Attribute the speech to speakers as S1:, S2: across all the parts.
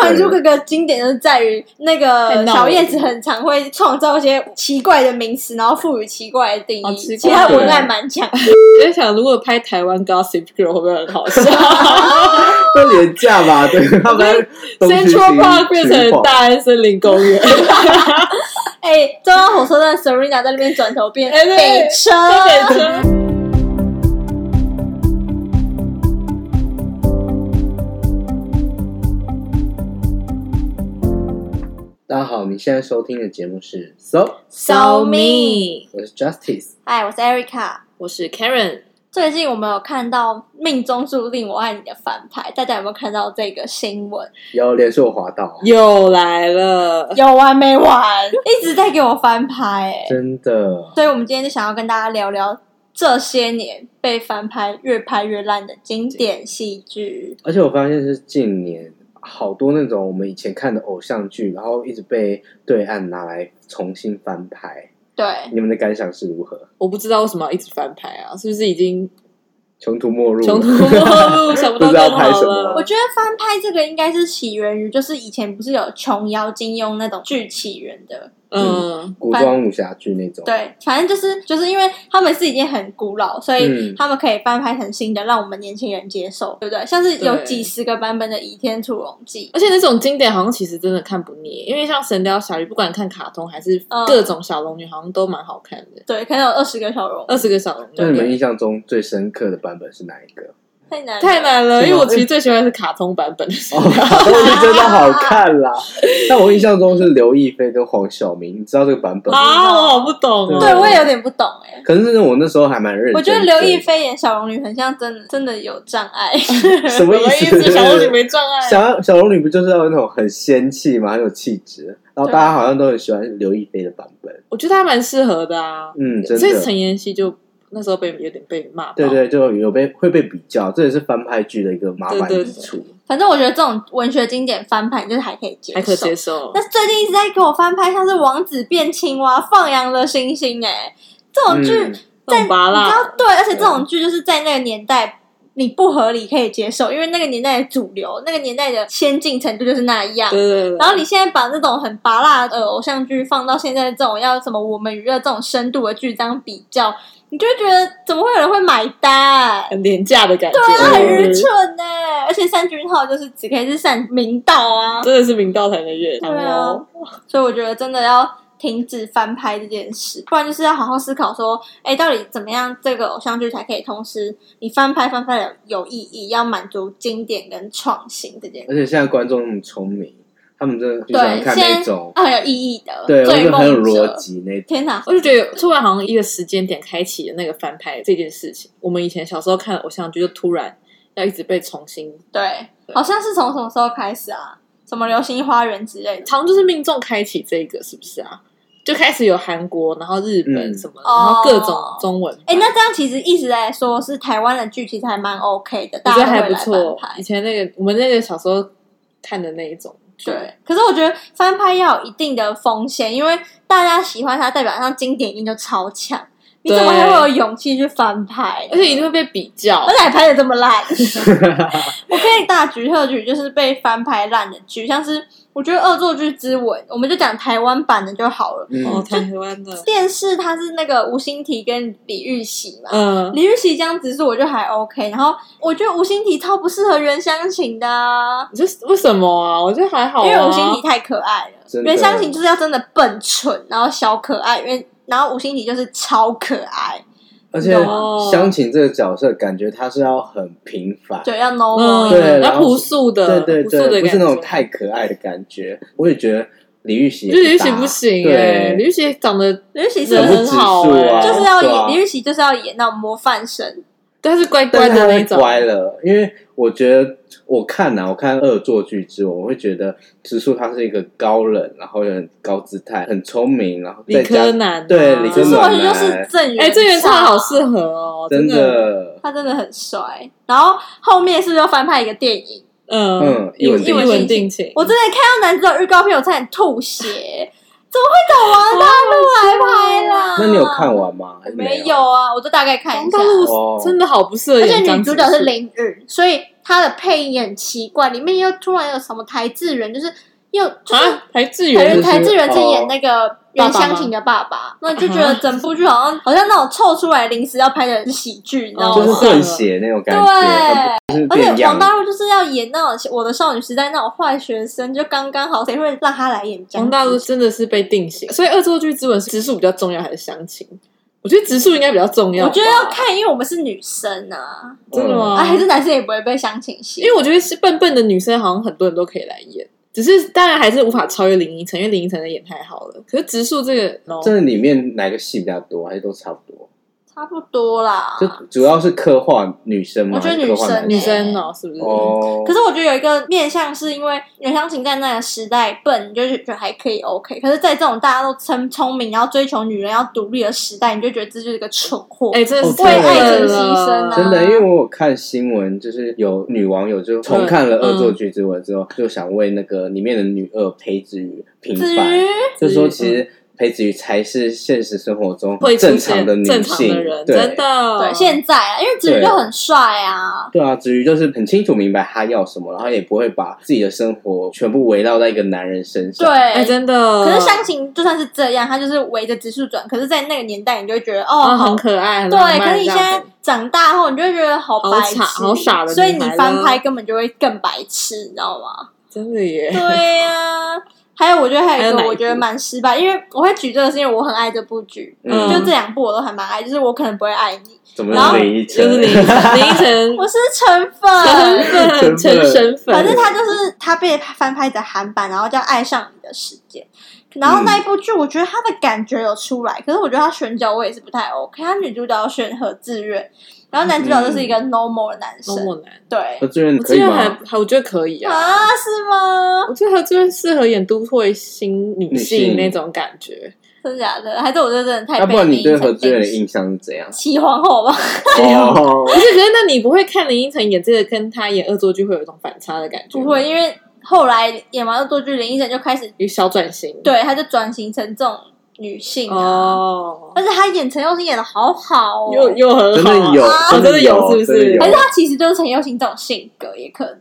S1: 还珠格格》经典就是在于那个
S2: 很闹
S1: 小叶子很常会创造一些奇怪的名词，然后赋予奇怪的定
S2: 好
S1: 义。
S2: 哦奇怪
S1: 其他文案蛮 强，
S2: 我在想，如果拍台湾 Gossip Girl 会不会很好笑
S3: 会廉价吧？对，他们 东区行
S2: ？Central Park 变
S3: 取
S2: 成
S3: 火
S2: 大安森林公 园，
S1: 哎，中央火车站 Serena 在那边转头变
S2: 哎对
S1: 北车，
S2: 北车。
S3: 大家好，你现在收听的节目是 So，
S1: So me，
S3: 我是 Justice。
S1: 哎嗨，我是 Erica。
S2: 我是 Karen，
S1: 最近我们有看到《命中注定我爱你》的翻拍，大家有没有看到这个新闻？
S3: 有连我滑倒，
S2: 又来了。
S1: 有完没完？一直在给我翻拍、哎，
S3: 真的，
S1: 所以我们今天就想要跟大家聊聊这些年被翻拍越拍越烂的经典戏剧。
S3: 而且我发现是近年好多那种我们以前看的偶像剧，然后一直被对岸拿来重新翻拍，
S1: 对，
S3: 你们的感想是如何？
S2: 我不知道为什么要一直翻拍啊，是不是已经
S3: 穷途末路，
S2: 穷途末路，想不
S3: 嗯不
S2: 到
S3: 知道
S2: 更好
S3: 拍什么
S2: 了
S1: 我？觉得翻拍这个应该是起源于，就是以前不是有琼瑶、金庸那种剧起源的，
S2: 嗯，
S3: 古装武侠剧那 种，，
S1: 对，反正就是就是因为他们是已经很古老，所以
S3: 嗯
S1: 他们可以翻拍成新的，让我们年轻人接受，对不对？像是有
S2: 对
S1: 几十个版本的《倚天屠龙记
S2: 而且那种经典好像其实真的看不腻，因为像《神雕侠侣》，不管看卡通还是
S1: 嗯
S2: 各种小龙女，好像都蛮好看的》，。
S1: 对，可能有二十个小龙，
S2: 二十个小龙
S3: 那你们
S2: 女
S3: 印象中最深刻的版本是哪一个？
S1: 太难了
S2: 太。难了，
S3: 是吗
S2: 因为我其实最喜欢的是卡通版本。
S3: 哦， 我是真的好看啦！但我印象中是刘亦菲跟黄晓明，你知道这个版本吗？
S2: 啊，我好不懂哦。
S1: 对，我也有点不懂哎、
S3: 可是我那时候还蛮认真，
S1: 我觉得刘亦菲演小龙女很像真的真的有障碍，
S3: 什么意
S2: 什么
S3: 思？
S2: 小龙女没障碍。
S3: 小小龙女不就是要那种很仙气嘛，很有气质，然后
S2: 啊
S3: 大家好像都很喜欢刘亦菲的版本。
S2: 我觉得她蛮适合的啊。
S3: 嗯，真
S2: 所以陈
S3: 的，
S2: 妍希就那时候被有点被骂爆。
S3: 对对，就有被会被比较，这也是翻拍剧的一个麻烦
S2: 对对
S3: 之处。
S1: 反正我觉得这种文学经典翻拍就是还可以接受。
S2: 还可接受。
S1: 那最近一直在给我翻拍，像是《王子变青蛙》《放羊的星星、哎，这
S2: 哦
S1: 种剧、
S3: 嗯，
S2: 那种拔
S1: 你知
S2: 辣，
S1: 道，对，而且这种剧就是在那个年代。你不合理可以接受，因为那个年代的主流，那个年代的先进程度就是那样。
S2: 对对
S1: 然
S2: 对。
S1: 后你现在把那种很拔辣的偶像剧放到现在这种要什么我们娱乐这种深度的剧这样比较，你就会觉得怎么会有人会买单？
S2: 很廉价的感觉，
S1: 对啊，
S3: 嗯
S1: 很愚蠢呢、欸而且三军号就是只可以是善明道啊，
S2: 真的是明道才能越
S1: 对啊，所以我觉得真的要停止翻拍这件事，不然就是要好好思考说，哎，到底怎么样这个偶像剧才可以同时你翻拍翻拍的有意义，要满足经典跟创新这件事。
S3: 而且现在观众那么聪明，他们真的就喜欢
S1: 对，
S3: 看
S1: 现
S3: 那
S1: 在
S3: 种，
S1: 要很啊有意义的，
S3: 对，
S1: 追
S3: 而且
S1: 梦
S3: 很有
S1: 者
S3: 逻辑那种。
S1: 天哪！
S2: 我就觉得突然好像一个时间点开启了那个翻拍这件事情。我们以前小时候看偶像剧，就突然要一直被重新，
S1: 对，
S2: 对
S1: 好像是从什么时候开始啊？什么流星花园之类的。
S2: 常就是命中开启这个，是不是啊？就开始有韩国，然后日本
S3: 嗯
S2: 什么的，
S1: 哦
S2: 然后各种中文版。
S1: 哎、那这样其实一直来说是台湾的剧，其实还蛮 OK 的，
S2: 我
S1: 大
S2: 觉得
S1: 家都
S2: 还
S1: 会
S2: 不
S1: 来翻
S2: 错。
S1: 拍
S2: 以。前那个我们那个小时候看的那一种剧，
S1: 对，可是我觉得翻拍要有一定的风险，因为大家喜欢它，代表上经典一定就超强，你怎么
S2: 对
S1: 还会有勇气去翻拍呢？
S2: 而且一定会被比较
S1: 而。且还拍的这么烂，我可以大举特举，就是被翻拍烂的剧，像是我觉得《恶作剧之吻》，我们就讲台湾版的就好了。
S3: 嗯，
S2: 哦，台湾的，
S1: 电视它是那个吴欣缇跟李玉玺嘛，
S2: 嗯，
S1: 李玉玺这样子是我就还 OK，然后我觉得吴欣缇超不适合袁湘琴的、啊，
S2: 你就是为什么啊？我觉得还好啊，
S1: 因为吴欣缇太可爱了，
S3: 真的
S1: 袁湘琴就是要真的笨蠢，然后小可爱，因为然后吴欣缇就是超可爱，
S3: 而且
S2: 有
S3: 湘琴这个角色，感觉她是要很平凡，
S1: 对，要 normal，、
S2: 嗯，
S3: 对然
S2: 然
S3: 后
S2: 后朴素的，
S3: 对对
S2: 朴素的
S3: 对，不是那种
S2: 感觉
S3: 太可爱的感觉。我也觉得李玉玺
S2: 我
S3: 也大，
S2: 觉得李玉玺不行哎、
S3: 啊对
S2: 李玉玺长得
S1: 李玉玺是
S2: 人
S3: 不
S2: 很
S3: 指
S2: 好
S3: 数
S2: 哎、
S3: 啊
S1: 就是要演、
S3: 对啊
S1: 李玉玺就是要演那种模范生，
S2: 但是乖
S3: 但
S2: 乖
S3: 是
S2: 的
S3: 他
S2: 那
S3: 太
S2: 种，
S3: 乖了，因为我觉得我看呐、啊，我看《恶作剧之吻》，我会觉得直树他是一个高冷，然后又很高姿态，很聪明，然后
S2: 理
S3: 再加
S2: 科男、啊，
S3: 对理
S1: 这
S3: 科真
S1: 是
S3: 的
S1: 完
S3: 很
S1: 全就是
S3: 难
S1: 郑元
S2: 哎、郑元畅
S1: 畅
S2: 好适合哦，
S3: 真
S2: 的，
S3: 的，
S1: 他真的很帅，然后后面是不是又翻拍一个电影？
S2: 嗯
S3: 嗯
S2: 一
S3: 一吻定情
S2: 一吻定情，
S1: 我真的看到男主的预告片，我差点吐血。怎么会找王大陆来拍啦？
S3: 那你有看完吗？还是
S1: 没
S3: 有？
S1: 有啊，我就大概看一
S2: 王
S1: 下
S2: 大。陆
S3: 哦
S2: 真的好不适合
S1: 而
S2: 演
S1: 且
S2: 张
S1: 女主
S2: 子树，
S1: 角是林允，所以他的配音也很奇怪，里面又突然有什么台智人，就是又就是
S2: 啊，台智
S1: 台
S3: 就
S2: 远
S1: 人
S3: 是
S1: 台智人是演
S3: 哦
S1: 那个袁湘婷的爸爸，那就觉得整部剧好像好像那种凑出来临时要拍的喜剧，你知道
S3: 哦就是
S1: 吗？
S3: 混血那种感觉，
S1: 对
S3: 很不就
S1: 而
S3: 是变
S1: 且王
S3: 样。嗯
S1: 大陆就是要演那种我的少女时代那种坏学生，就刚刚好，谁会让他来演这样
S2: 王
S1: 子？
S2: 大陆真的是被定型，所以恶作剧之吻是直树比较重要还是相亲？我觉得直树应该比较重要吧。
S1: 我觉得要看，因为我们是女生啊，
S2: 真的
S3: 哦
S2: 吗？
S1: 啊，还是男生也不会被相亲吸
S2: 因
S1: 引
S2: 为。我觉得是笨笨的女生，好像很多人都可以来演，只是当然还是无法超越林依晨，因为林依晨的演太好了。可是植树这个，no
S3: 这里面哪个戏比较多，还是都差不多？
S1: 差不多
S2: 啊
S1: 啦。
S3: 就主要是刻画女生吗？
S1: 我觉得
S3: 还是刻画男
S2: 女
S1: 女
S2: 生
S1: 生
S2: 哦，是不是？
S3: 哦，
S1: 可是我觉得有一个面向，是因为袁湘琴在那个时代笨，你就觉得还可以 OK。可是，在这种大家都称聪明，然后追求女人要独立的时代，你就觉得这就是一个蠢货。
S2: 哎、真的是
S3: 为
S1: 爱情
S2: 真的
S1: 牺牲啊
S3: 哦真的，因为我有看新闻，就是有女网友就重看了《恶作剧之吻》之后，就想为那个里面的女二裴子瑜平
S1: 至
S3: 反，
S1: 于
S3: 就说其实裴子瑜才是现实生活中
S2: 会出
S3: 正
S2: 现
S3: 常的女
S2: 正常
S3: 性
S2: 的人，，
S3: 对
S2: 真的
S1: 对现在啊，因为子瑜就很帅啊，
S3: 对啊，子瑜就是很清楚明白他要什么，然后也不会把自己的生活全部围绕在一个男人身上。
S1: 对。
S2: 哎、真的。
S1: 可是湘琴就算是这样，她就是围着植树转。可是，在那个年代，你就会觉得哦，
S2: 啊，
S1: 好
S2: 很可爱，很浪
S1: 对。
S2: 漫
S1: 可是你现
S2: 这样
S1: 在
S2: 子
S1: 长大后，你就会觉得好
S2: 好
S1: 白痴，
S2: 傻好傻的
S1: 所以
S2: 女
S1: 你
S2: 孩
S1: 翻
S2: 了
S1: 拍根本就会更白痴，你知道吗？
S2: 真 的耶，
S1: 对呀、还有我觉得还有一
S2: 还有哪一
S1: 个
S2: 部
S1: 我觉得蛮失败，因为我会举这个是因为我很爱这部剧，
S3: 嗯
S1: 就这两部我都还蛮爱，就是我可能不会爱你，
S3: 怎么
S1: 然后
S3: 是林依晨？
S2: 就是林依晨林依
S3: 嗯
S2: 晨
S1: 我是成分。
S2: 成粉成神粉，
S1: 反正他就是他被翻拍的韩版，然后叫《爱上你的时间》，然后那一部剧我觉得他的感觉有出来，可是我觉得他选角我也是不太 OK，他女主角选何志远，然后男主角就是一个 normal 的男生，
S2: 龙我男，
S1: 对
S3: 何志远嗯
S2: 我
S3: 可
S2: 志
S3: 以
S2: 远还
S3: 吗？
S2: 还我觉得可以啊。
S1: 啊，是吗？
S2: 我觉得何志远适合演都会新女
S3: 女
S2: 性
S3: 性
S2: 那种感觉，
S1: 真的假的？还是我这真的太
S3: 要
S1: 被
S3: 不然
S1: 林
S3: 你
S1: 依
S3: 对
S1: 晨
S3: 何志远的
S1: 定
S3: 印象是怎样？
S1: 齐皇后吧？
S3: 哦，
S2: 不是，可是那你不会看林依晨演这个，跟她演恶作剧会有一种反差的感觉？
S1: 不会，，因为后来演完《恶作剧》，林依晨就开始
S2: 有小转型。
S1: 对，她就转型成这种女性啊。
S2: 哦，
S1: 但是她演陈又星演的好好哦，
S2: 又又很
S3: 真
S2: 好
S3: 的有
S1: 啊，
S2: 真的有
S3: 有，
S2: 是不是
S3: 真的有
S1: 还是哎她其实就是陈又星这种性格，也可能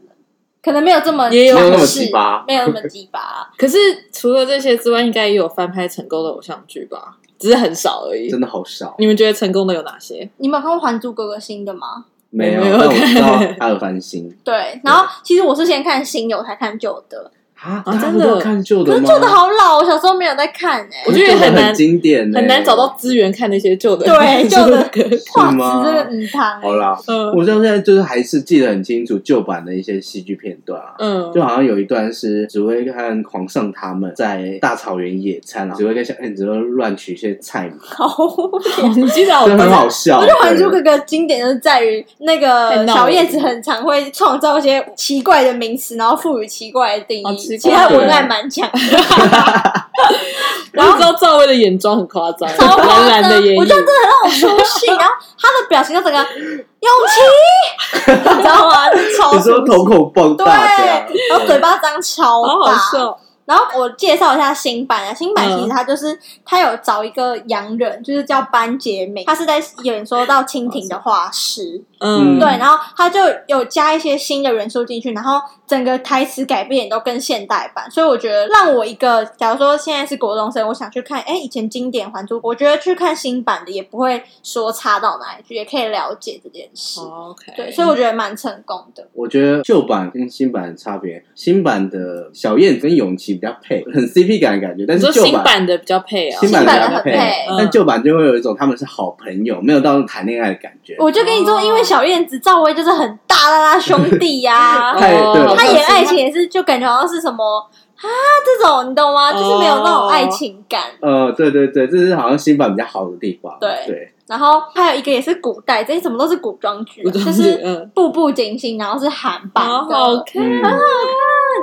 S1: 可能没有这么
S2: 也有。
S1: 强势
S3: 没有那么鸡巴
S1: 没有那么鸡巴
S2: 可是除了这些之外，应该也有翻拍成功的偶像剧吧？只是很少而 已。
S3: 真的好少，
S2: 你们觉得成功的有哪些？
S1: 你们有看过《还珠格格》新的吗？
S3: 没有。
S2: 没有
S3: 但我知道他有翻新
S1: 对，然后其实我是先看新的，我才看旧的。
S3: 啊，
S2: 真的
S3: 大家都看旧的吗？
S1: 旧的好老，我小时候没有在看哎、
S2: 我觉得也
S3: 旧的
S2: 很
S3: 很
S2: 难
S3: 经典欸，
S2: 很难找到资源看那些 旧的，
S1: 对旧的
S2: 歌。
S1: 画质
S3: 吗哦
S1: 真的很汤、
S3: 好
S1: 欸。
S3: 啦，
S2: 嗯
S3: 我到现在就是还是记得很清楚旧版的一些戏剧片段啊。
S2: 嗯
S3: 就，好像有一段是紫薇和皇上他们在大草原野餐啊，紫薇跟小燕子都乱取一些菜嘛，
S1: 好，我
S2: 你记得我
S3: 真的很好笑。
S1: 觉得《还珠
S3: 对
S1: 格格》经典就是在于那
S2: 太
S1: 个
S2: 闹了
S1: 小叶子很常会创造一些奇怪的名词，然后赋予奇怪的定
S2: 好
S1: 义。
S2: 奇怪
S1: 其他文案蛮 强的，
S2: 然后知道赵薇的眼妆很夸张，
S1: 超夸张
S2: 蓝蓝的眼影，
S1: 我觉得真的很好出戏。然后他的表情就整个永琪， 你知道吗？超
S3: 你说
S1: 出
S3: 瞳
S1: 戏。
S3: 孔放
S1: 对，
S3: 大啊这样，
S1: 然后嘴巴张超
S2: 好
S1: 大，
S2: 好笑。
S1: 然后我介绍一下新版啊，新版
S2: 嗯
S1: 其实它就是它有找一个洋人，就是叫班杰明，他是在演说到蜻蜓的画师，
S2: 嗯，
S3: 嗯
S1: 对，然后他就有加一些新的元素进去，然后整个台词改变也都更现代版，所以我觉得让我一个，假如说现在是国中生，我想去看，哎，以前经典《还珠》，我觉得去看新版的也不会说差到哪里去，也可以了解这件事。
S2: 哦 OK，
S1: 对，所以我觉得蛮成功的。
S3: 我觉得旧版跟新版的差别，新版的小燕子跟永琪比较配，很 CP 感的感觉，但
S2: 你
S3: 是
S2: 说
S3: 旧
S2: 新版的比较配啊，
S3: 新版
S1: 新版
S3: 的
S1: 的
S3: 比较
S1: 很
S3: 配
S1: 配
S2: 嗯
S3: 但旧版就会有一种他们是好朋友，没有到谈恋爱的感觉。
S1: 我就跟你说，
S2: 哦
S1: 因为小燕子、赵薇就是很大啦啦兄弟
S2: 哦
S1: 呀、
S3: 太对了
S1: 他演爱情也是，就感觉好像是什么啊这种，你懂吗？就是没有那种爱情感。
S3: 呃，对对对，这是好像新版比较好的地方。
S1: 对
S3: 对，
S1: 然后还有一个也是古代，这些怎么都是古装剧啊、
S2: 古装
S1: 就
S2: 剧，
S1: 是
S2: 嗯，哦
S1: 步步惊心，然后是韩版
S2: 好
S1: 的，
S2: 好看，
S3: 嗯，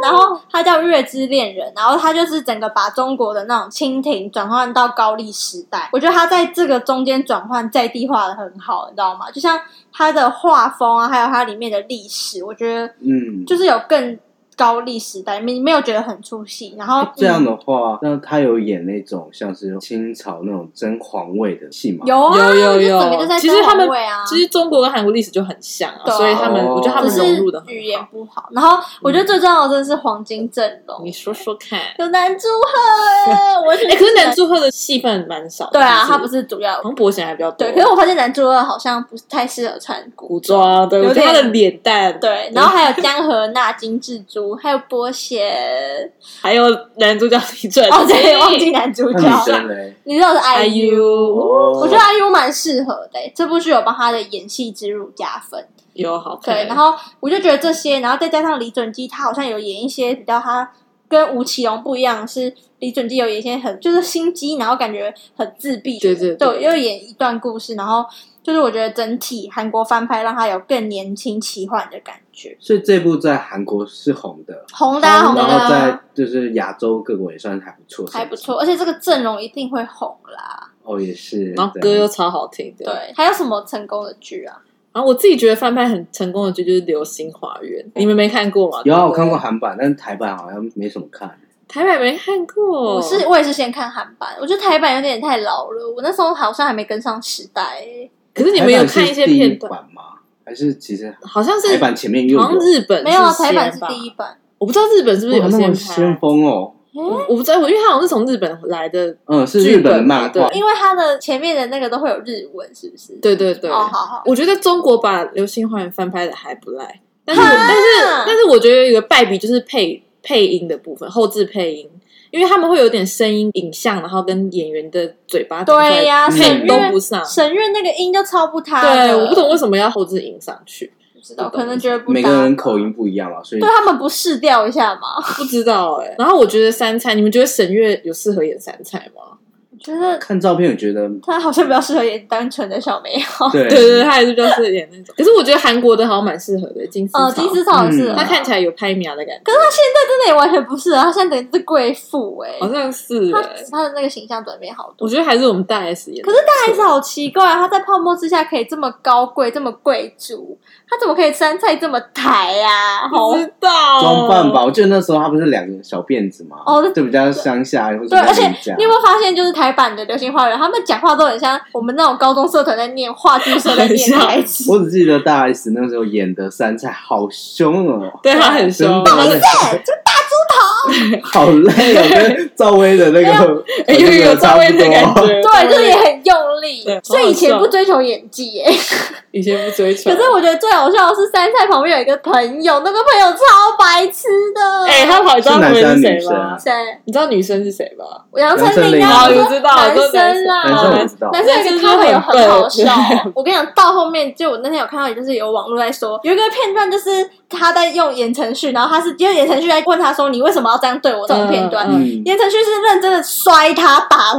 S1: 然后它叫《月之恋人》，然后它就是整个把中国的那种蜻蜓转换到高丽时代。我觉得它在这个中间转换在地化的很好，你知道吗？就像它的画风啊，还有它里面的历史，我觉得
S3: 嗯，
S1: 就是有更高丽时代，没没有觉得很出戏。然后嗯
S3: 这样的话，那他有演那种像是清朝那种争皇位的戏吗？
S1: 有啊，
S2: 有有
S1: 就
S2: 有
S1: 整个就在
S2: 其实他们
S1: 位啊，
S2: 其实中国跟韩国历史就很像啊，
S1: 对啊
S2: 所以他们
S3: 哦
S2: 我觉得他们
S1: 只
S2: 融入
S1: 是
S2: 的很
S1: 语言
S2: 好。
S1: 不好。然后我觉得最重要的真的是黄金阵容，
S2: 你说说看，哎、
S1: 有男祝贺，我 哎
S2: 可是男祝贺的戏份蛮少的，
S1: 对啊，
S2: 是
S1: 他不是主要
S2: 黄渤显还比较多，
S1: 对，可是我发现男主二好像不太适合穿古
S2: 古装，对，我
S1: 有
S2: 觉得
S1: 点
S2: 他的脸蛋，，
S1: 对，然后还有江河那金智珠，还有波 贤，
S2: 还有男主角李准
S1: 哦，对，忘记男主
S3: 那
S1: 角
S3: 女
S1: 了，
S3: 生嘞？
S1: 你知道是 IU，
S2: IU
S3: 哦
S1: 我觉得 IU 蛮适合的、欸这部剧有帮他的演戏之路加分。
S2: 有好看，
S1: 对，然后我就觉得这些，然后再加上李准基，他好像有演一些比较他跟吴奇隆不一样，是李准基有演一些很就是心机，然后感觉很自闭，
S2: 对对对
S1: 又演一段故事，然后就是我觉得整体韩国翻拍让他有更年轻奇幻的感觉，
S3: 所以这部在韩国是红的，
S1: 红的啊
S2: 红
S1: 红的
S3: 然后在
S1: 啊，
S3: 就是亚洲各国也算是还不错，
S1: 还不错，而且这个阵容一定会红啦。
S3: 哦，也是。
S2: 然后
S3: 对
S2: 歌又超好听的，。
S1: 对，还有什么成功的剧啊？
S2: 然后我自己觉得翻拍很成功的剧就是《流星花园》，
S1: 嗯
S2: 你们没看过吗？
S3: 有啊，
S2: 对
S3: 我
S2: 不对
S3: 看过，韩版，但是台版好像没什么看。
S2: 台版没看过。
S1: 我是我也是先看韩版，我觉得台版有点太老了，我那时候好像还没跟上时代欸、
S2: 可是你们有看一些片
S3: 台版是第一版
S2: 段，
S3: 吗？还是其实
S2: 好像是
S3: 台版前面又有？
S2: 好像日本
S1: 没有啊，
S2: 是先
S1: 台版是
S2: 吧
S1: 第一版。
S2: 我不知道日本是不是
S3: 哇
S2: 有
S3: 那么
S2: 先
S3: 先
S2: 拍，
S3: 锋哦？
S2: 我我不知道，因为他好像是从日本来的，
S3: 嗯，是日
S2: 剧本
S3: 本的
S2: 嘛
S3: 漫
S2: 对
S3: 画，
S1: 因为它的前面的那个都会有日文，是不是？
S2: 对对对。
S1: 哦，好好。
S2: 我觉得中国把《流星花园》翻拍的还不赖，但是我但是
S1: 嗯
S2: 但是我觉得有一个败笔就是配配音的部分，后置配音，因为他们会有点声音、影像，然后跟演员的嘴巴讲出来
S1: 对呀
S2: 配
S3: 沈
S2: 都
S1: 月
S2: 不上。
S1: 沈月那个音就超不他的
S2: 对，我不懂，为什么要后置影上去，
S1: 不知道，可能觉得不搭
S3: 每个人口音不一样嘛，啊所以
S1: 对他们不试调一下吗？
S2: 不知道哎、然后我觉得三菜，你们觉得沈月有适合演三菜吗？
S1: 我觉得
S3: 看照片我 觉得
S1: 他好像比较适合演单纯的小美好。
S3: 对
S2: 哦对对对，她还是比较适合演那种。可是我觉得韩国的好像蛮适合的，金丝
S1: 呃，金丝草也是，
S3: 嗯
S2: 她看起来有拍米娅的感觉，
S1: 真的也完全不是啊，他现在等于是贵妇哎，
S2: 好像是、
S1: 他
S2: 欸。
S1: 他的那个形象转变好多。
S2: 我觉得还哦是我们大 S 演的不错，
S1: 可是大 S 好奇怪啊，他在泡沫之下可以这么高贵，这么贵族，他怎么可以山菜这么抬啊呀？好
S2: 不知道
S3: 装扮
S2: 哦
S3: 吧。我记得那时候他不是两个小辫子嘛，
S1: 哦那
S3: 就比较乡下或者比
S1: 对，
S3: 较
S1: 而且
S3: 邻家
S1: 你有没有发现，就是台版的《流星花园》，他们讲话都很像我们那种高中社团在念话剧社在念台词。
S3: 我只记得大 S 那时候演的杉菜好凶哦，
S2: 对她很凶，
S3: 真的
S2: 然后
S3: 好累哦，跟赵薇的那个
S2: 哎有有有赵薇的感
S3: 差不多
S2: 觉，
S1: 对，就是也很用力
S2: 对，
S1: 所以以前不追求演技耶、
S2: 以前不追求，
S1: 可是我觉得最好笑的是，杉菜旁边有一个朋友，那个朋友超白痴的。
S2: 哎、他跑，你知道他们是
S3: 是
S2: 谁
S3: 男生
S2: 吗
S3: 啊？
S1: 谁？
S2: 你知道女生是谁吗？
S1: 杨丞琳
S2: 哦
S1: 啊，
S2: 我
S1: 我
S2: 知
S1: 说
S2: 道
S1: 男生
S2: 这男生哦
S1: 啦，
S3: 男生哎我不知道，
S1: 但是有一个他朋友很好笑哦、我跟你讲，到后面就我那天有看到，就是有网络在说，有一个片段就是他在用言承旭，然后他是因为言承旭在问他说你为什么要这样对我这种片段。
S2: 嗯
S3: 嗯，
S1: 言承旭是认真的摔他、打他，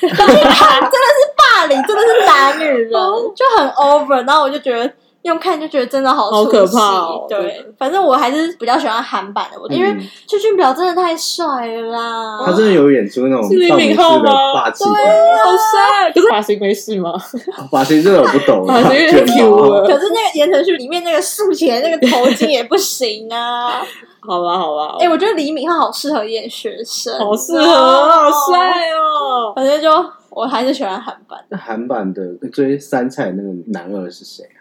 S1: 然后就 看真的是霸凌，真的是打女人，
S2: 哦
S1: 就很 over。然后我就觉得用看就觉得真的好
S2: 好
S1: 出
S2: 可
S1: 戏
S2: 怕哦真
S1: 对，反正我还是比较喜欢韩版的，我因为
S3: 嗯
S1: 邱俊表真的太帅了啦。
S3: 他真的有演出那种
S2: 是李
S3: 道明
S2: 敏
S3: 寺
S2: 镐
S3: 的
S2: 吗啊
S3: 霸气
S1: 对啊
S3: 感，
S2: 好帅！可是发型没事吗？
S3: 发型真的我不懂，哦
S2: 发型 有
S3: 卷
S2: 点
S3: 毛
S2: Q 了。
S1: 可是那个言承旭里面那个竖起来那个头巾也不行 啊！
S2: 好吧，好吧，
S1: 哎、我觉得李敏镐好适合演学生，哦
S2: 好适合，好。帅哦！
S1: 反正就我还是喜欢韩版
S3: 那韩版的追杉菜那个男二是谁啊？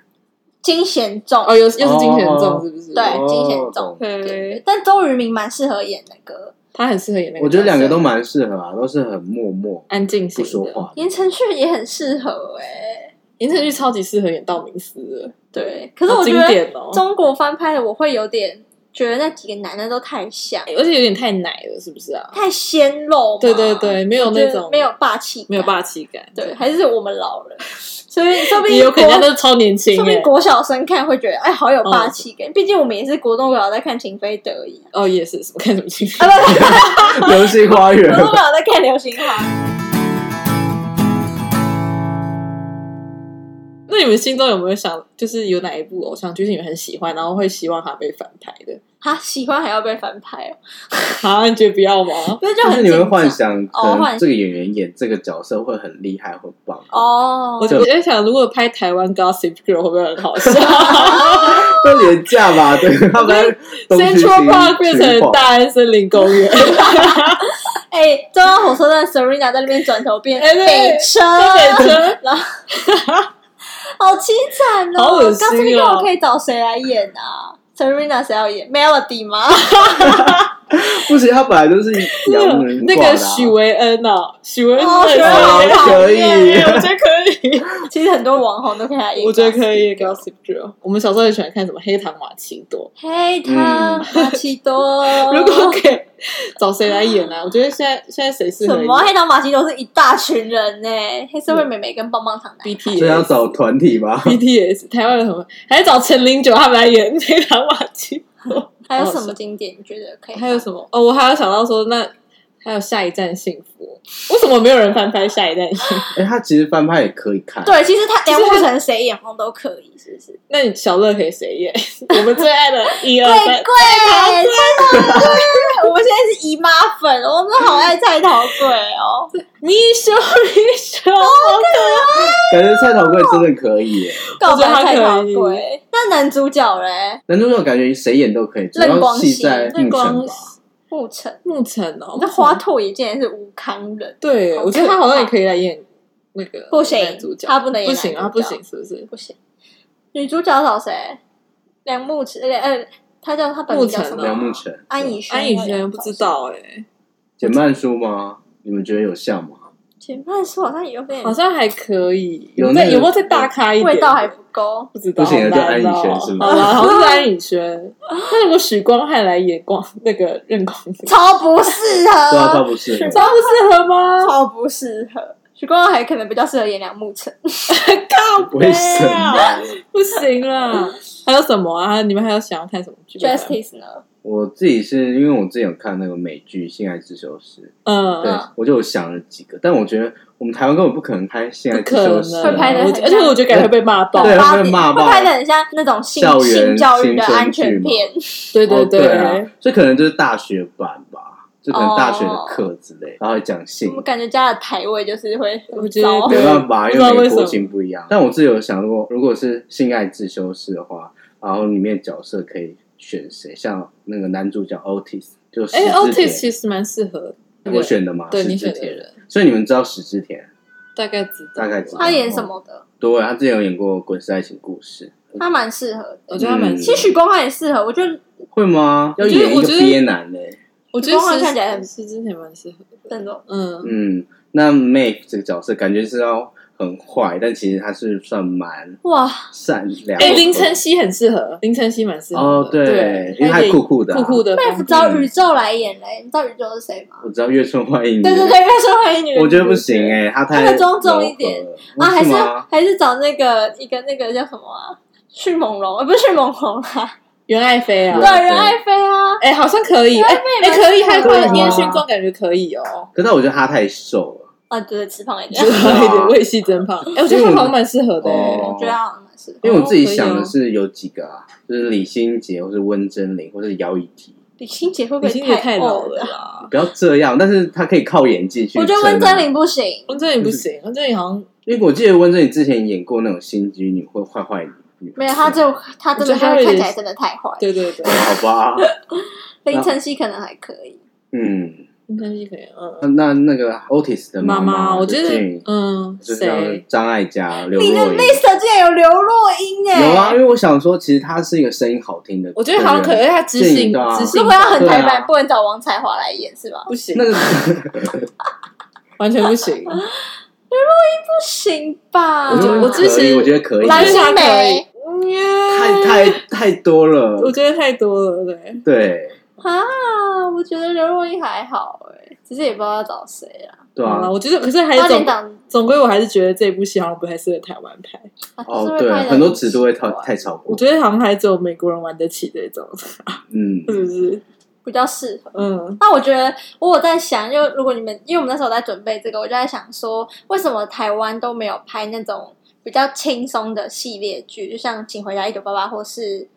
S1: 金贤重，
S2: 哦，又是又是金贤重，是不是？
S1: 对
S3: 哦
S1: 金贤重
S2: 对
S1: 对，但周渝民蛮适合演那个
S2: 他很适合演那个角色。
S3: 我觉得两个都蛮适合啊，都是很默默
S2: 安静
S3: 不
S2: 型的
S3: 说。话。
S1: 言承旭也很适合哎、
S2: 言承旭超级适合演道明寺的，
S1: 对，可是我
S2: 好
S1: 觉
S2: 经
S1: 得
S2: 典哦，
S1: 中国翻拍的我会有点觉得那几个男的都太像，
S2: 而且有点太奶了，是不是啊？
S1: 太鲜肉嘛，
S2: 对对对，没有
S1: 我觉
S2: 那
S1: 得
S2: 种
S1: 没有霸气，
S2: 没有。霸气感，
S1: 对，还是我们老了，所以说不定
S2: 也有可能
S1: 国
S2: 人家都超年轻
S1: 说
S2: 哎
S1: 明。国小生看会觉得，哎，好有霸
S2: 嗯
S1: 气感。毕竟我们也是国中国小在看《情非得 已》
S2: 哦，也是，我看什么情绪
S1: 啊，？不不，
S3: 流星花园
S1: 国中国小在看《流星花》。
S2: 那你你们心中有没有想，就是有哪一部偶像剧是你们很喜欢，然后会希望它被翻拍的？
S1: 他喜欢还要被翻拍哦，
S2: 啊，你觉得 不要吗？
S1: 不是就
S3: 就是
S1: 很
S3: 你会
S1: 紧
S3: 幻
S1: 张
S3: 想，
S1: 哦
S3: 可
S1: 幻
S3: 能
S1: 想
S3: 这个演员演这个角色会很厉害，很棒。
S1: 哦
S2: 我。我在想，如果拍台湾 Gossip Girl 会不会很好笑
S3: 会廉价 吧？对，他们 东区新
S2: ？Central Park 变
S3: 区
S2: 成
S3: 晃
S2: 大安森林公 园，
S1: 哎，中央火车 站 Serena 在那边转头变
S2: 哎对
S1: 北车，
S2: 北车
S1: 然后好凄惨哦！
S2: 好恶心哦
S1: 告诉你，我可以找谁来演啊？Serena 谁要演？Melody 吗？
S3: 不行，他本来就是洋人
S2: 那
S3: 挂
S2: 个
S3: 的啊
S2: 许维恩啊，许维恩
S1: 哦
S2: 真的
S1: 许维
S2: 很
S1: 恩
S2: 好
S3: 可以
S2: 耶 我觉得可以。
S1: 其实很多网红都可以来演。
S2: 我觉得可以。Gossip Girl，我们小时候很喜欢看什么《黑糖玛奇朵
S1: 黑糖玛奇朵，》，
S2: 嗯如果可以找谁来演呢、啊？我觉得现在现在谁适合
S1: 什
S2: 演
S1: 么黑糖玛奇朵是一大群人呢、黑社会妹妹跟棒棒糖
S2: 嗯
S1: 男孩。
S3: 所以要
S2: BTS
S3: 找团体 吧。
S2: BTS 台湾有什么？还是找陈零九他们来演《黑糖玛奇朵
S1: 还有什么经典你觉得可以》？？
S2: 还有什么？哦，我还有想到说，那还有《下一站幸福》，为什么没有人翻拍《下一站幸福》？
S3: 哎，他其实翻拍也可以看，，
S1: 对，其实他
S2: 实
S1: 梁不成谁演红都可以，是不是？
S2: 那你小乐可以谁 演？我们最爱的一二
S1: 贵
S2: 三
S1: 贵，，蔡桃贵，我们现在是姨妈粉，我们好爱蔡桃贵哦。
S2: 米修米修，
S3: 感觉蔡桃贵真的可以耶。
S1: 告白
S2: 我觉得他
S1: 蔡桃
S2: 可以
S1: 贵，那男主角嘞？
S3: 男主角感觉谁演都可以，主
S1: 任
S3: 要
S1: 光
S3: 戏
S1: 熙
S3: 在
S2: 那
S3: 应
S2: 光
S3: 城吧。
S1: 沐晨，
S2: 沐晨哦，
S1: 那花拓也竟然是吴康人，
S2: 对，我觉得他好像也可以来演那个
S1: 不行
S2: 男主角，
S1: 他不能演
S2: 不
S1: 男主角
S2: 行啊，不行，是不是？
S1: 不行。女主角找谁？梁慕晨，呃，他叫他本名叫什
S2: 沐
S1: 么？
S2: 晨啊
S3: 梁慕晨、
S1: 安以轩，
S2: 安以轩不知。道哎，
S3: 简曼书吗？你们觉得有像吗？
S1: 前半是好像有点
S2: 好像还可以，
S3: 有那
S2: 再
S3: 个
S2: 有没有再大咖一点？
S1: 味道还不够。
S2: 不知道，
S3: 不行
S2: 好难
S3: 就
S2: 哦
S3: 安以轩是吗
S2: 好啦，好像是安以轩。那如果许光汉来演光 那个任光 熙，
S1: 超不适
S3: 对啊，他
S1: 合，
S3: 不是。
S2: 超不适合吗？
S1: 超不适合。许光汉还可能比较适合演梁慕晨，
S3: 为什么？
S2: 啊不行啦！还有什么啊？你们还有想要看什么剧？
S1: Justice 呢？
S3: 我自己是因为我之前有看那个美剧《性爱自修室》，对
S2: 嗯，，
S3: 我就有想了几个，但我觉得我们台湾根本不可能拍《性爱
S2: 不
S3: 自
S2: 可
S3: 修室
S2: 能，》
S3: 啊，
S1: 会拍得
S2: 我
S1: 很
S2: 觉而且我觉得感觉会被骂爆。
S3: 对
S1: 八
S3: 会被
S1: 点
S3: 骂
S1: 哦会
S3: 爆
S1: 拍的很像那种性
S3: 校园
S1: 性教育的
S3: 青春
S1: 安全片，
S2: 对
S3: 哦
S2: 对
S3: 对啊，所以可能就是大学版吧，就可能大学的课之类，然后讲性
S1: 我，感觉加了台味就是会
S2: 我觉得
S1: 糟
S3: 没办法，
S2: 哦
S3: 因
S2: 不知道
S3: 为
S2: 为
S3: 美
S2: 什
S3: 国
S2: 么
S3: 情不一样。但我自己有想过，如果是性爱自修室的话，然后里面角色可以选谁？像那个男主角 Otis 就石
S2: 哎
S3: 之
S2: ，Otis
S3: 田，
S2: 其实蛮适合那个
S3: 我选的嘛，
S2: 对
S3: 石
S2: 你
S3: 之
S2: 选的
S3: 田。
S2: 人，
S3: 所以你们知道石之田？
S2: 大概知道，
S3: 大概知道
S1: 他演什么的？
S3: 对，他之前有演过《滚石爱情故事
S1: 他蛮适合
S2: 我
S1: 的。
S2: 觉得他蛮，
S3: 嗯
S1: 其实许光汉也适合，我觉得》，
S3: 会吗？要
S2: 我觉得
S3: 演一
S2: 我
S3: 个
S2: 觉得
S3: 憋男欸呢、
S2: 我觉得
S1: 光汉
S2: 是
S1: 看起来很
S2: 是之前蛮适合的。
S1: 那种
S2: 嗯，
S3: 嗯，那 Make 这个角色感觉是要很坏，但其实他是算蛮
S1: 哇，
S3: 善良的。
S2: 哎，林晨曦很适合，林晨曦蛮适合的。
S3: 哦，
S2: 对，
S3: 因为他
S2: 演
S3: 酷酷的啊、
S2: 酷酷的
S1: 妹夫
S2: 风格，
S1: 找宇宙来演嘞，你知道宇宙是谁吗？
S3: 我知道月村欢迎你，
S1: 对对对，要说欢迎女人，
S3: 我觉得不行哎、他太
S1: 那个庄重一点
S3: 柔和了哦
S1: 啊，还是
S3: 为什么
S1: 还是找那个一个那个叫什么啊？迅猛龙，呃，不是迅猛龙 啦，
S2: 袁爱妃啊
S1: 对，
S3: 对，
S1: 任爱妃啊，
S2: 哎，好像可以，哎
S1: 蛮
S2: 哎，可以，
S1: 适合
S2: 还
S1: 的
S2: 换
S3: 对啊
S2: 烟熏妆，感觉可以哦。
S3: 可是我觉得他太瘦了，
S1: 啊，对，吃胖一点
S2: 有，一点胃系真胖，哎，我觉得他好像蛮适合的。哎
S3: 哦
S1: 我觉得他好像蛮适合。
S3: 因为我自己
S2: 哦可以
S3: 想的
S2: 哦
S3: 是有几个啊，就是李心洁或是温真菱或是姚以缇，
S1: 李心洁会不
S2: 哎已
S1: 会
S2: 经也太老
S1: 欧
S2: 了？
S1: 啊
S2: 啦。
S3: 不要这样，但是他可以靠演技去。啊
S1: 我觉得温真菱，不行，
S2: 温正也不行，温正也好像
S3: 因为我记得温真菱之前演过那种心机女或坏坏女，
S1: 没有他就他真的
S2: 嗯我
S1: 就
S2: 觉得他有
S1: 是
S2: 点
S1: 看起来真的太坏。
S2: 对对对
S3: 哦，好吧，
S1: 林晨曦可能还可以，
S3: 嗯，
S2: 温正也可以，嗯
S3: 那。那那个 Otis 的
S2: 妈
S3: 妈，
S2: 我觉
S3: 就建议
S2: 得，嗯，
S3: 就像
S2: 谁？
S3: 张艾嘉、刘
S1: 你的
S3: 若英。
S1: list 竟然有刘若英哎，
S3: 有啊，因为我想说，其实她是一个声音好听的，
S2: 我觉得好像可以，因为他执
S3: 建议
S2: 行
S3: 的啊
S2: 执
S1: 如
S2: 行
S1: 果要很台
S3: 对啊
S1: 版，不能找王彩华来演是吧？
S2: 不行
S3: 那，个
S2: 完全不行。
S1: 不行吧？
S2: 我觉得我
S3: 可以
S2: 支持
S3: 我觉得可以，
S2: 我觉
S1: 蓝
S2: 得
S1: 心
S2: 可以
S1: 湄
S3: 太太太多了，
S2: 我觉得太多了，对。
S3: 对
S1: 啊，我觉得刘若英还好哎，只是也不知道要找谁啦。
S3: 对
S2: 好
S3: 啊
S2: 了，，我觉得可是还
S1: 八
S2: 是
S1: 点
S2: 总
S1: 档
S2: 总归，我还是觉得这部戏好像不太适合台湾拍。
S1: 啊就是
S3: 哦
S1: 会
S3: 对
S1: 拍
S3: 啊，
S1: 得
S3: 很多尺度会
S1: 奇
S3: 太
S1: 怪
S3: 太超过
S2: 我，觉得好像还只有美国人玩得起这种，
S3: 嗯
S2: 是不是？
S1: 比较适合。
S2: 嗯，
S1: 那我觉得，我有在想，就如果你们，因为我们那时候在准备这个，我就在想说，为什么台湾都没有拍那种比较轻松的系列剧，就像《请回答一九八八》或是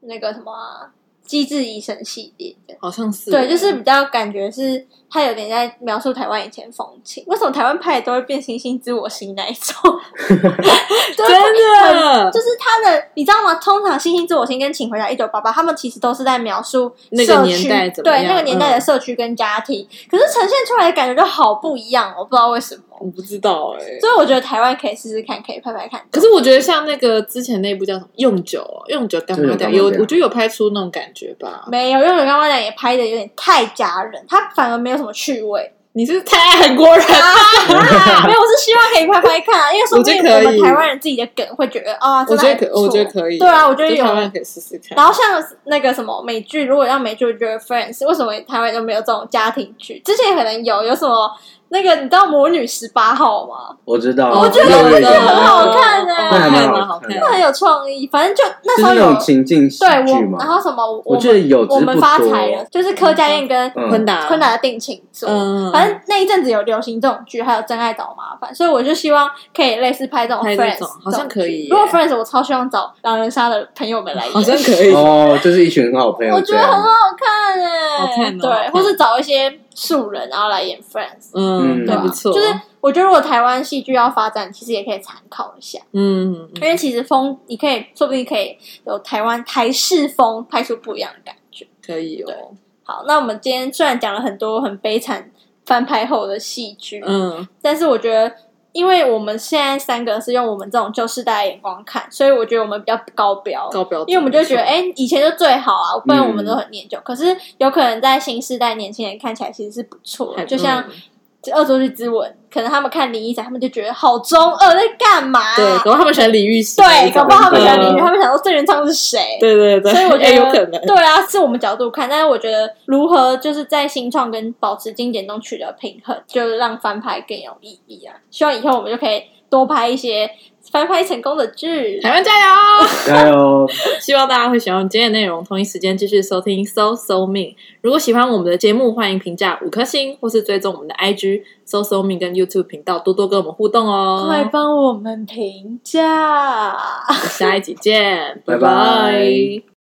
S1: 那个什么啊《机智医生》系列的。
S2: 好像是
S1: 对，就是比较感觉是他有点在描述台湾以前风情。为什么台湾拍的都会变星星知我心那一种？ 就是
S2: 真的，
S1: 就是他的，你知道吗？通常《星星知我心》跟《请回答一九八八》，他们其实都是在描述
S2: 那个
S1: 社
S2: 年
S1: 区
S2: 代怎么
S1: 对
S2: 样
S1: 那个年代的
S2: 嗯
S1: 社区跟家庭，可是呈现出来的感觉就好不一样，哦我不知道为什么。
S2: 我不知道哎、
S1: 所以我觉得台湾可以试试看，可以拍拍看。
S2: 可是我觉得像那个之前那部叫什么《用酒》，用酒干嘛
S3: 用酒
S2: 的？
S3: 干嘛
S2: 有，
S3: 掉
S2: 我觉得有拍出那种感觉吧。
S1: 没有，因为我刚刚讲也拍的有点太假人，他反而没有什么趣 味。
S2: 你是太爱韩国人，
S1: 啊没有，我是希望可以拍拍看啊，因为说不定
S2: 我觉得
S1: 我
S2: 可以
S1: 们台湾人自己的梗会觉得啊，真
S2: 我
S1: 的
S2: 觉
S1: 还
S2: 得
S1: 不
S2: 可，我
S1: 错
S2: 觉得可以。
S1: 对啊我觉得有
S2: 台湾可以试试看。
S1: 然后像那个什么美剧，如果让美剧，我觉得《Friends》为什么台湾就没有这种家庭剧？之前可能有，有什么那个你知道《魔女十八号》吗？
S3: 我知道，
S1: 我觉得
S3: 哦六月
S1: 这个
S3: 有
S1: 很好看欸
S2: 哦
S3: 那还蛮
S2: 好看
S3: 好看的
S1: 那很有创意，反正就那时
S3: 就
S1: 候
S3: 是那
S1: 有
S3: 种情境喜
S1: 对
S3: 剧
S1: 我，然
S3: 嘛。
S1: 后什么我
S3: 我
S1: 们
S3: 记得有，
S1: 我
S3: 只是
S1: 们
S3: 不
S1: 发
S3: 多
S1: 财了，就是柯佳燕跟
S3: 嗯
S2: 昆达，
S1: 昆达的定情作。
S2: 嗯，
S1: 反正那一阵子有流行这种剧，还有《真爱找麻烦》，所以我就希望可以类似拍这种
S2: 拍
S1: Friends，
S2: 这种好像可以
S1: 这种剧
S2: 耶
S1: 如果 Friends，我超希望找狼人杀的朋友们来演，
S2: 好像可以。
S3: 哦，就是一群很好朋友
S1: 我觉
S3: 这
S1: 得很
S3: 样。
S1: 好看哎、
S2: 好看哦好
S1: 对，
S2: 看
S1: 或是找一些素人然后来演 Friends，
S2: 嗯，
S3: 嗯
S1: 对
S2: 还
S1: 吧？
S2: 不错。
S1: 就是我觉得如果台湾戏剧要发展，其实也可以参考一下，
S2: 嗯，嗯
S1: 因为其实风你可以说不定可以有台湾台式风拍出不一样的感觉。
S2: 可以哦。
S1: 好，那我们今天虽然讲了很多很悲惨翻拍后的戏剧，
S2: 嗯，
S1: 但是我觉得。因为我们现在三个是用我们这种旧世代的眼光看，所以我觉得我们比较高标，
S2: 高标准，
S1: 因为我们就觉得，哎、以前就最好啊，不然我们
S3: 嗯
S1: 都很念旧。可是有可能在新时代年轻人看起来其实是不错的，
S2: 还不
S1: 就像
S2: 嗯
S1: 《恶作剧之吻》，可能他们看林一仔，他们就觉得好中二，在干嘛、
S2: 对，搞不好他们喜欢李玉玺那
S1: 啊对，
S2: 一
S1: 搞
S2: 种，
S1: 不好他们喜欢
S2: 嗯
S1: 林一，他们想说郑元畅是谁？
S2: 对对对，
S1: 所以我觉得
S2: 哎有可能。
S1: 对啊，是我们角度看，但是我觉得如何就是在新创跟保持经典中取得平衡，就是让翻拍更有意义啊！希望以后我们就可以多拍一些翻拍成功的剧。
S2: 台湾加油！
S3: 加油！
S2: 希望大家会喜欢今天的内容，同一时间继续收听《So So Me》。如果喜欢我们的节目，欢迎评价五颗星，或是追踪我们的 IG So So Me 跟 YouTube 频道，多多跟我们互动
S1: 快
S2: 哦。
S1: 帮我们评价。
S2: 下一集见，拜
S3: 拜拜
S2: 拜